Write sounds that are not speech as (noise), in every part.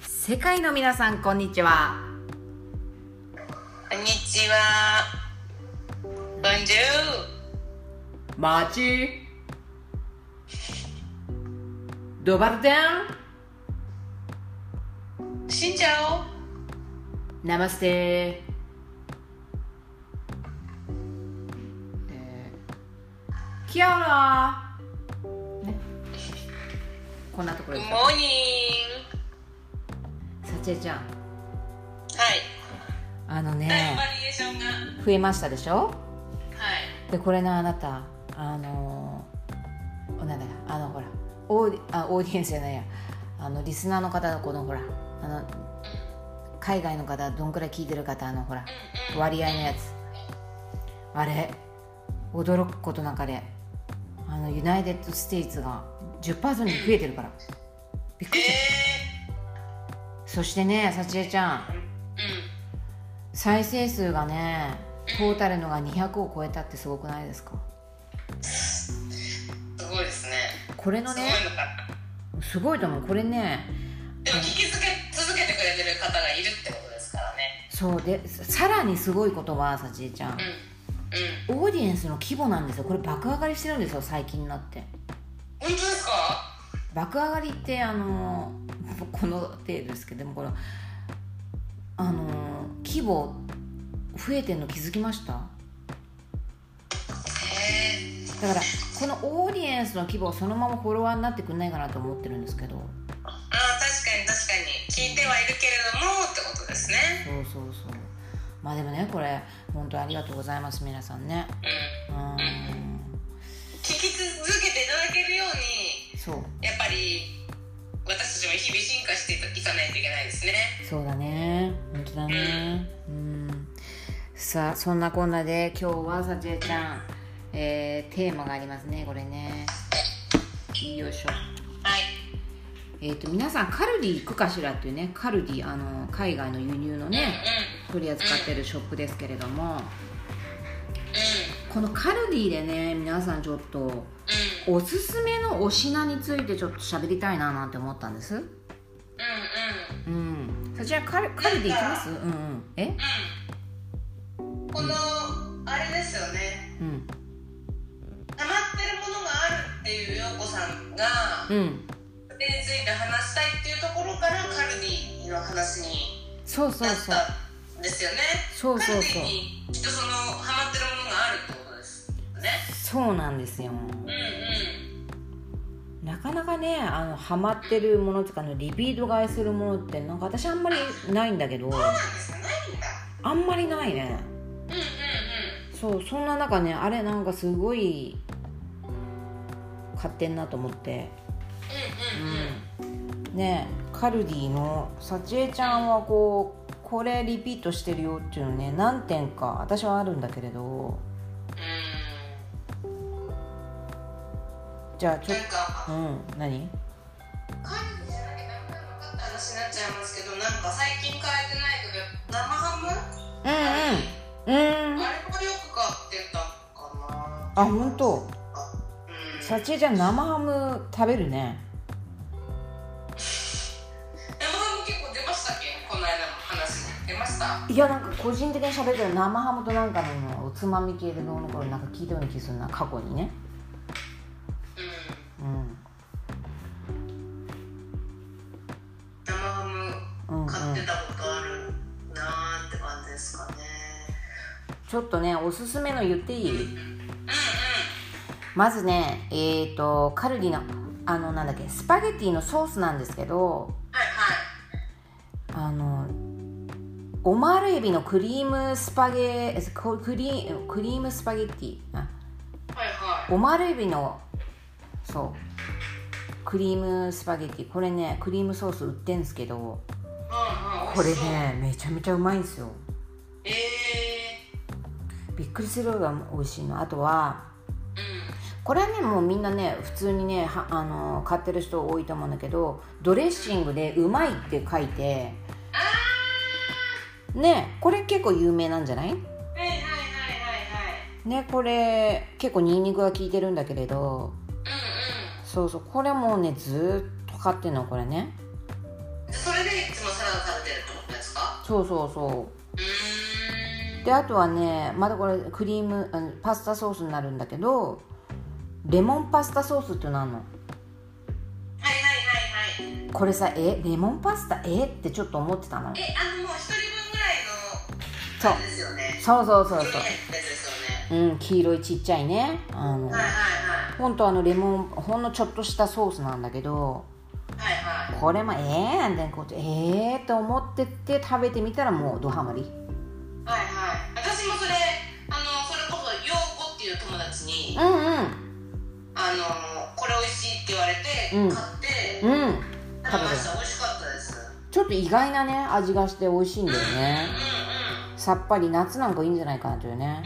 世界の皆さんこんにちはこんにちは。ボンジュマーチドバルデンール。死んじゃナマステえーキアラねこんなとこおう。ろでグッすモーニンさちえちゃんグ。はい。あのだいぶねバリエーションが。増えましたでしょはい。でこれなあなたあのー、おなんだかあのほらオーディあオーディエンスじゃないやあのリスナーの方のこのほらあの海外の方どんくらい聞いてる方あのほらうんうん。割合のやつあれ驚くことなかれあのユナイテッド・ステイツが10%に増えてるからびっくりしたえそしてねさちえちゃんー。うん。再生数がねトータルのが200を超えたってすごくないですかすごいですね。これのすごねいのかな。すごいと思うこれねでも聞き続け続けてくれてる方がいるってことですからね。そうでささらにすごいことはさちえちゃんうん。うん。オーディエンスの規模なんですよこれ爆上がりしてるんですよ最近になって本当ですか？爆上がりってあのこの程度ですけどもこのあの規模増えてんの気づきましたええだからこのオーディエンスの規模はそのままフォロワーになってくんないかなと思ってるんですけどああ確かに確かに聞いてはいるけれどもってことですね。そうそうそうまあでもねこれ本当にありがとうございます皆さんねうん。うん聞き続けていただけるように。そうやっぱり私たちも日々進化していかないといけないですね。そうだね本当だねうんさあそんなこんなで今日はさちえちゃん、えーテーマがありますねこれねよいしょはい。えっ、と皆さんカルディ行くかしらっていうねカルディあの海外の輸入のうん。ね取り扱ってるショップですけれどもうこのカルディでね皆さんちょっとん。おすすめのお品についてちょっと喋りたいななんて思ったんですうん。うん。うん。うんさちえカルカルディ行きますうんうんえうん。この、あれですよね。うん溜まってるものがあるっていう陽子さんが、うんそれについて話したいっていうところからカルディの話にそうそうなっそうたんですよね。そうそうカそうルディにきっとその、ハマってるものがあるってことですよね。そうなんですようんうん。なかなかねあのハマってるものとかのリピート買いするものってなんか私あんまりないんだけどそうなんですよ。ないんだ。あんまりないねうんうんうん。そうそんな中ねあれなんかすごい買ってんなと思ってうんうんうんねえカルディのさちえちゃんはこうこれリピートしてるよっていうのね何点か私はあるんだけれどうじゃあんちょなっんかとうん何カルディじゃなきゃなくなるのかって話になっちゃいますけどなんか最近買えてないけど生ハム、ううんうんあれもよく買ってたかなあ本当うん生ハさちえちゃん生ハム食べるねム結構出ましたっけこの間の話に出ましたいやなんか個人的に喋ってる生ハムとなんかのおつまみ系でどうのこうのなんか聞いたような気するな過去にねうんうん生ハうんうんム買ってたことあるなーって感じですかねちょっとねおすすめの言っていいうんうんまずねえっ、ー、とカルディのあのなんだっけスパゲティのソースなんですけどはいはいあのオマールエビのクリームスパゲククリークリームスパゲティあはいはいオマールエビのそうクリームスパゲティこれねクリームソース売ってんですけどうんうんこれ美味しそうねめちゃめちゃうまいんですよえびっくりするぐらい美味しいのあとはえうんこれはねもうみんなね普通にねはあのー買ってる人多いと思うんだけどドレッシングで「うまい」って書いてねこれ結構有名なんじゃないはいはいはいはいはいねこれ結構ニンニクが効いてるんだけれどうんそうそうこれもうねずーっと買ってんのこれねうんそれでいつもサラそうそうそうーんうであとはねまたこれクリームあのパスタソースになるんだけどレモンパスタソースっていうのあんのはいはいはいはいこれさえレモンパスタえってちょっと思ってたのえあのもう一人分ぐらいのそうあれですよねそうそうそう一人そ分のやつですよねううん黄色いちっちゃいねあのはいほんとあのレモンほんのちょっとしたソースなんだけどはいはいはいはいこれもええなんてことええー、と思ってて食べてみたらもうドハマりはいはい私もそれあのそれこそ陽子っていう友達にうんうんあのこれ美味しいって言われて、うん買って食べうんました美味しかったですちょっと意外なね味がして美味しいんだよねうんうんさっぱり夏なんかいいんじゃないかなというねいやいい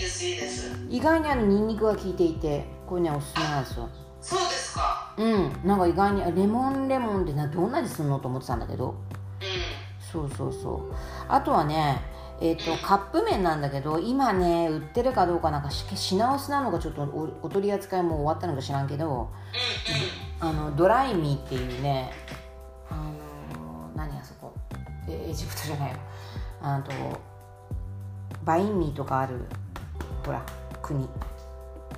ですいいです意外にあのニンニクが効いていてこれねおすすめなんですよそうですかうんなんか意外にあレモンレモンってなどんな味するのと思ってたんだけどうんそうそうそうあとはねえっとカップ麺なんだけど今ね売ってるかどうかなんかし品薄なのかちょっとおお取り扱いもう終わったのか知らんけどうんうんあのドライミーっていうねあの何あそこえエジプトじゃないよあとバインミーとかあるほら国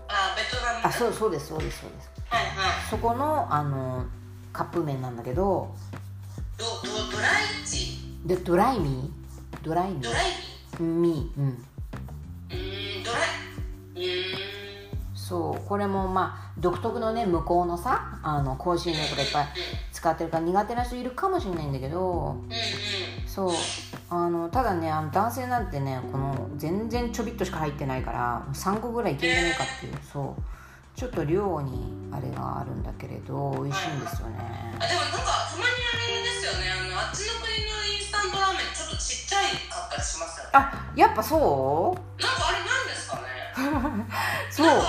あベトナムあそうそうですそうですそうですはいはいそこのあのカップ麺なんだけどどどドライチでドライミードライミドライーミーうんうーんドライうんそうこれもまあ独特のね向こうのさあの香辛料とかいっぱい使ってるから苦手な人いるかもしれないんだけどうんうんそうあのただねあの男性なんてねこの全然ちょびっとしか入ってないから3個ぐらいいけるんじゃないかっていうそうちょっと量にあれがあるんだけれど美味しいんですよねあでもなんかたまにあれですよねあのあっちの国のインスタントラーメンちょっとちっちゃいかったりしますよねあやっぱそうなんかあれなんですかねそうなんか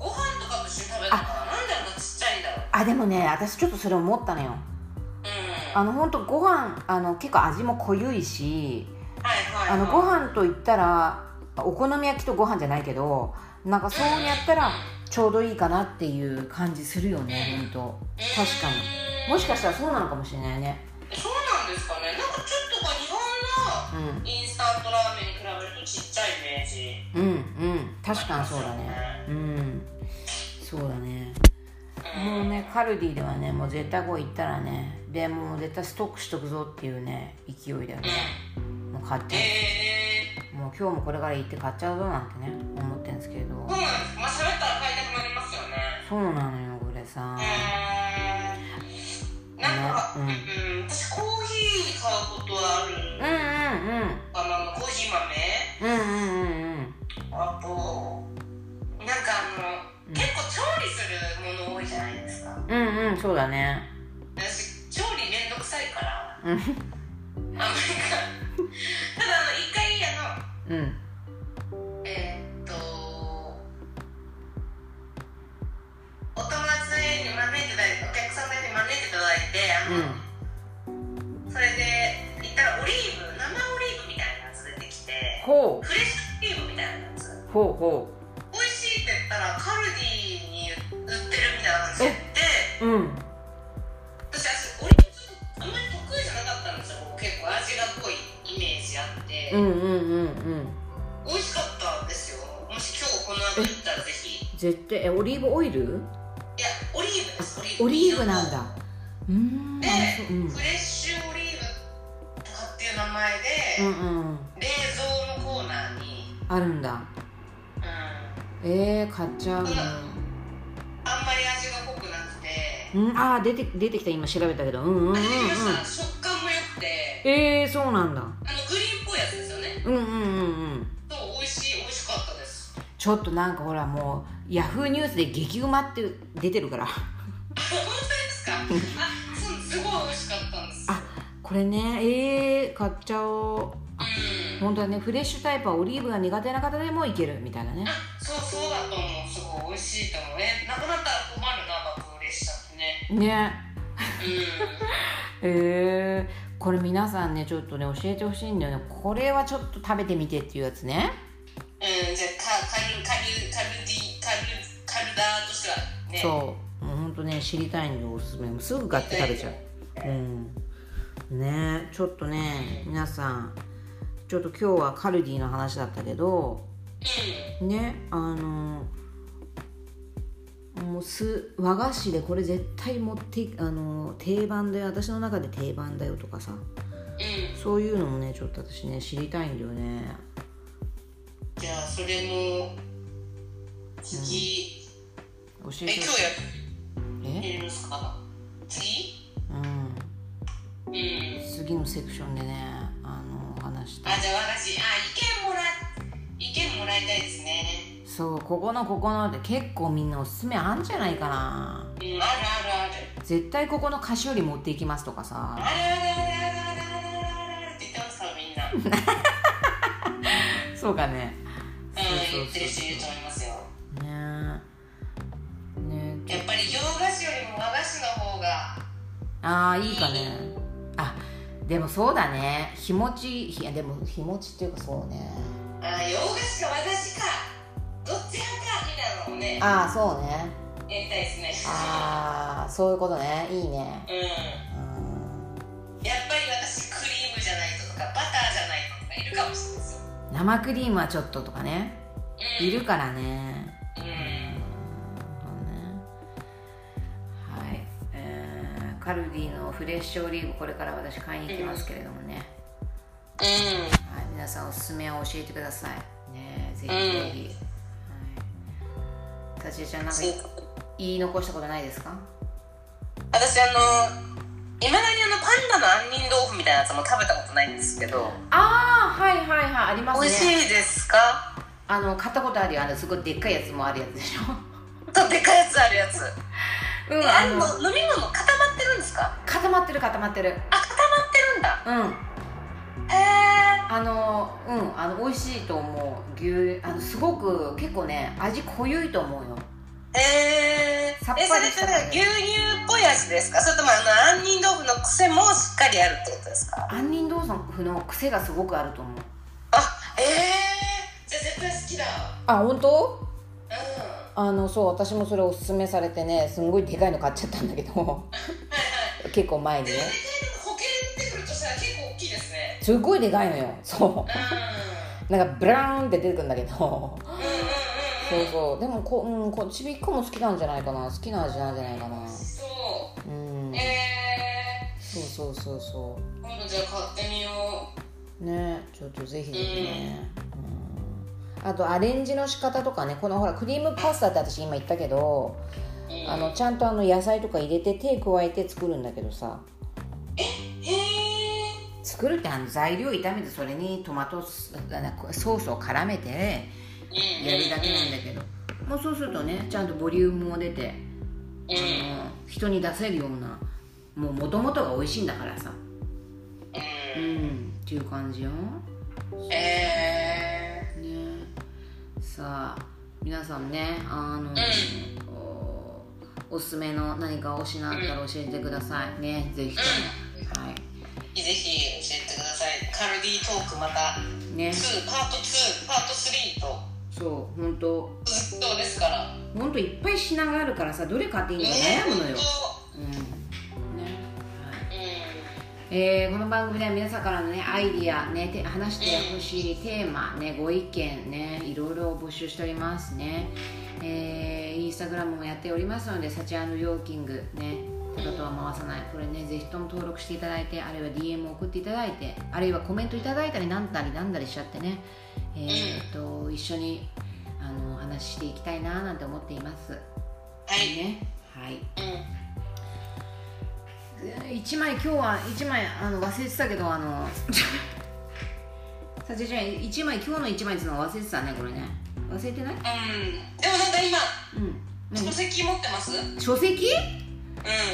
ご飯とかと一緒に食べるのからなんであんなちっちゃいんだろうあでもね私ちょっとそれ思ったのようんあのほんとご飯あの結構味も濃ゆいしはいはいはいあのご飯といったらお好み焼きとご飯じゃないけどなんかそうやったらちょうどいいかなっていう感じするよね本当確かににもしかしたらそうなのかもしれないねそうなんですかねなんかちょっとこう日本のうんインスタントラーメンに比べるとちっちゃいイメージうんうん確かにそうだねうんそうだねもうねカルディではねもう絶対こう行ったらねでもう絶対ストックしとくぞっていうね勢いだよねもう買っちゃええうもう今日もこれから行って買っちゃうぞなんてね思ってるんですけれどー、そうなんですまあ喋ったら買いたくなりますよねそうなのよこれさううーんなんか、うんん私コーヒー買うことはあうるんうんうんかなコーヒー豆うんうんうんあとなんかあの、うん結構調理するもの多いじゃないですかうんうんうんそうだね私調理めんどくさいからあうんんまりかただあの一回あのうんえーっとお友達の家に招いていただいてお客さんの家に招いていただいてあの、それで行ったらオリーブ生オリーブみたいなやつ出てきてほフレッシュオリーブみたいなやつうほうほ美味しいって言ったらカルディに売ってるみたいな話でううん私オリーブあんまり得意じゃなかったんですよ結構味が濃いイメージあって、うんうんうんうん美味しかったんですよもし今日この後行ったらぜひい絶対えオリーブオイルやオリーブですオリーブなんだうーんであそううんフレッシュオリーブとかっていう名前うんで、うん冷蔵のコーナーに、あるんだうん、あえー、買っちゃうのんまり味が濃くなくて、うんあー出て出てきた今調べたけどうんうんうんうんあ出てきました食感も良くてえー、そうなんだあのグリーンっぽいやつですよねうんうんうんうんそう美味しい美味しかったですちょっとなんかほらもうヤフーニュースで激うまって出てるからあ本当ですかあそうすごい美味しかったんですあこれねえー、買っちゃおうあうん本当はねフレッシュタイプはオリーブが苦手な方でもいけるみたいなねあそうそうだと思うすごい美味しいと思うねなくなったら困るな爆売れしちゃってねねうんえー、これ皆さんねちょっとね教えてほしいんだよねこれはちょっと食べてみてっていうやつねうんじゃあカカルカルカルディカルカルダーとしてはねそうもうほんとね知りたいんでおすすめすぐ買って食べちゃううんねちょっとね皆さんちょっと今日はカルディの話だったけどねあのもうす和菓子でこれ絶対持っていあの定番だよ私の中で定番だよとかさうんそういうのもねちょっと私ね知りたいんだよねじゃあそれも次、教ええて今日やえりますか次うんうん次のセクションでねあのお話したいあじゃあ私あ意見もら意見もらいたいですねそうここのここのって結構みんなおすすめあんじゃないかなうんあるあるある絶対ここの菓子より持っていきますとかあらあらあらあらあらあらあらさあらって言ってますからみんな。うん、そうかね言ってる人いると思いますよ。ねねやっぱり洋菓子よりも和菓子の方が。ああいいかねあでもそうだね日持ちいやでも日持ちっていうかそうねあ洋菓子か和菓子か。どっち派かみたいなのをね、やああそうねりたいですね。ああそういうことねいいねううん。んやっぱり私クリームじゃないととかバターじゃないととかいるかもしれないですよ。生クリームはちょっととかねうん。いるからねうん。はい、えーカルディのフレッシュオリーブこれから私買いに行きますけれどもね、はい、皆さんおすすめを教えてくださいねぜひぜひ、はい、たちえちゃんなんかそう言い残したことないですか私あのいまだにあのパンダの杏仁豆腐みたいなやつも食べたことないんですけどああはいはいはいありま美味すねしいですかあの買ったことあるよあのすごいでっかいやつもあるやつでしょとでかいやつあるやつ、 (laughs) うんああれのもう飲み物固まってるんですか固まってる固まってるあ固まってるんだうんへえあのうんあの美味しいと思う牛あのすごく結構ね味濃ゆいと思うよへえさっえそぱりれっしたてね牛乳っぽい味ですかそれともあの杏仁豆腐の癖もしっかりあるってことですか杏仁豆腐の癖がすごくあると思うあええじゃあ絶対好きだあ本当うんあのそう私もそれおすすめされてねすんごいでかいの買っちゃったんだけど (laughs) 結構前にでねもでかいのも保険出てくるとしたら結構大きいですねすっごいでかいのよそうんうなんかブラーンって出てくるんだけどうんうんそうそうんうんうでもこ、うん、こちびっこも好きなんじゃないかな好きな味なんじゃないかなそうんうええそうそうそうそ今度じゃあ買ってみよううねちょっとぜひぜひね、うん、あとアレンジの仕方とかねこのほらクリームパスタって私今言ったけどうんあのちゃんとあの野菜とか入れて手加えて作るんだけどさへえ作るってあの材料炒めてそれにトマトスあのソースを絡めてやるだけなんだけど、もうそうするとねちゃんとボリュームも出て、うんあの人に出せるようなもう元々が美味しいんだからさううんっていう感じよんえねさあ皆さんねあの、おおすすめの何かお品あったら教えてくださいねぜひともはー、ぜひ教えてくださいカルディトークまたいね2パート2パート3とそう本当続きそうですから本当いっぱい品があるからさどれ買っていいのか悩むのよ、うんねはいえーこの番組では皆さんからのねアイディアねて話してほしいテーマねご意見ねいろいろ募集しておりますねえーインスタグラムもやっておりますのでサチアンドヨーキングねってことは回さないこれねぜひとも登録していただいてあるいは DM を送っていただいてあるいはコメントいただいたりなんだりなんだりしちゃってねえーと一緒にあの話していきたいななんて思っていますはいねはいうん一枚今日は一枚あの忘れてたけどあ (laughs) のさちえちゃん一枚今日の一枚っていうの忘れてたねこれね忘れてないうんでもなんか今うん書何籍持ってますうん持書籍ってる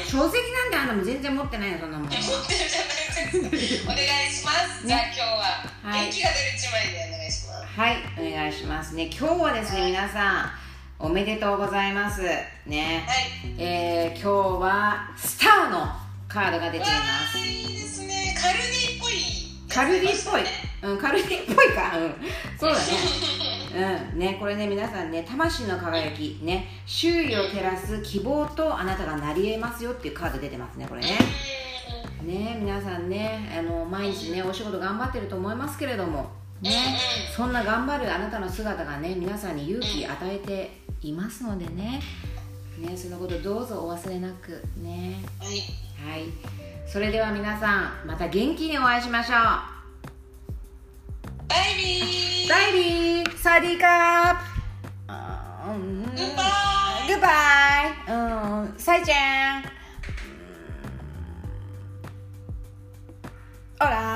書籍なんてあんなもん全然持ってないよそんなもんじゃないで (laughs) すかお願いしますじゃあ今日ははい元気が出る一枚でお願いしますはいお願いしますね今日はですね皆さんおめでとうございますねはいえー、今日はスターのカードが出ていわますあいいですねカルディっぽいカルディっぽい、うん、カルディっぽいか、うん、そうだ (laughs) ね, 、うん、ねこれね皆さんね魂の輝きね周囲を照らす希望とあなたがなり得ますよっていうカード出てますねこれねうんね皆さんねあの毎日ねお仕事頑張ってると思いますけれどもねそんな頑張るあなたの姿がね皆さんに勇気与えていますのでねねそのことどうぞお忘れなくねはいはいそれでは皆さんまた元気にお会いしましょうバイビーダイリーサディーカープあーうんグッバイグッバイうんサイちゃんうんオラ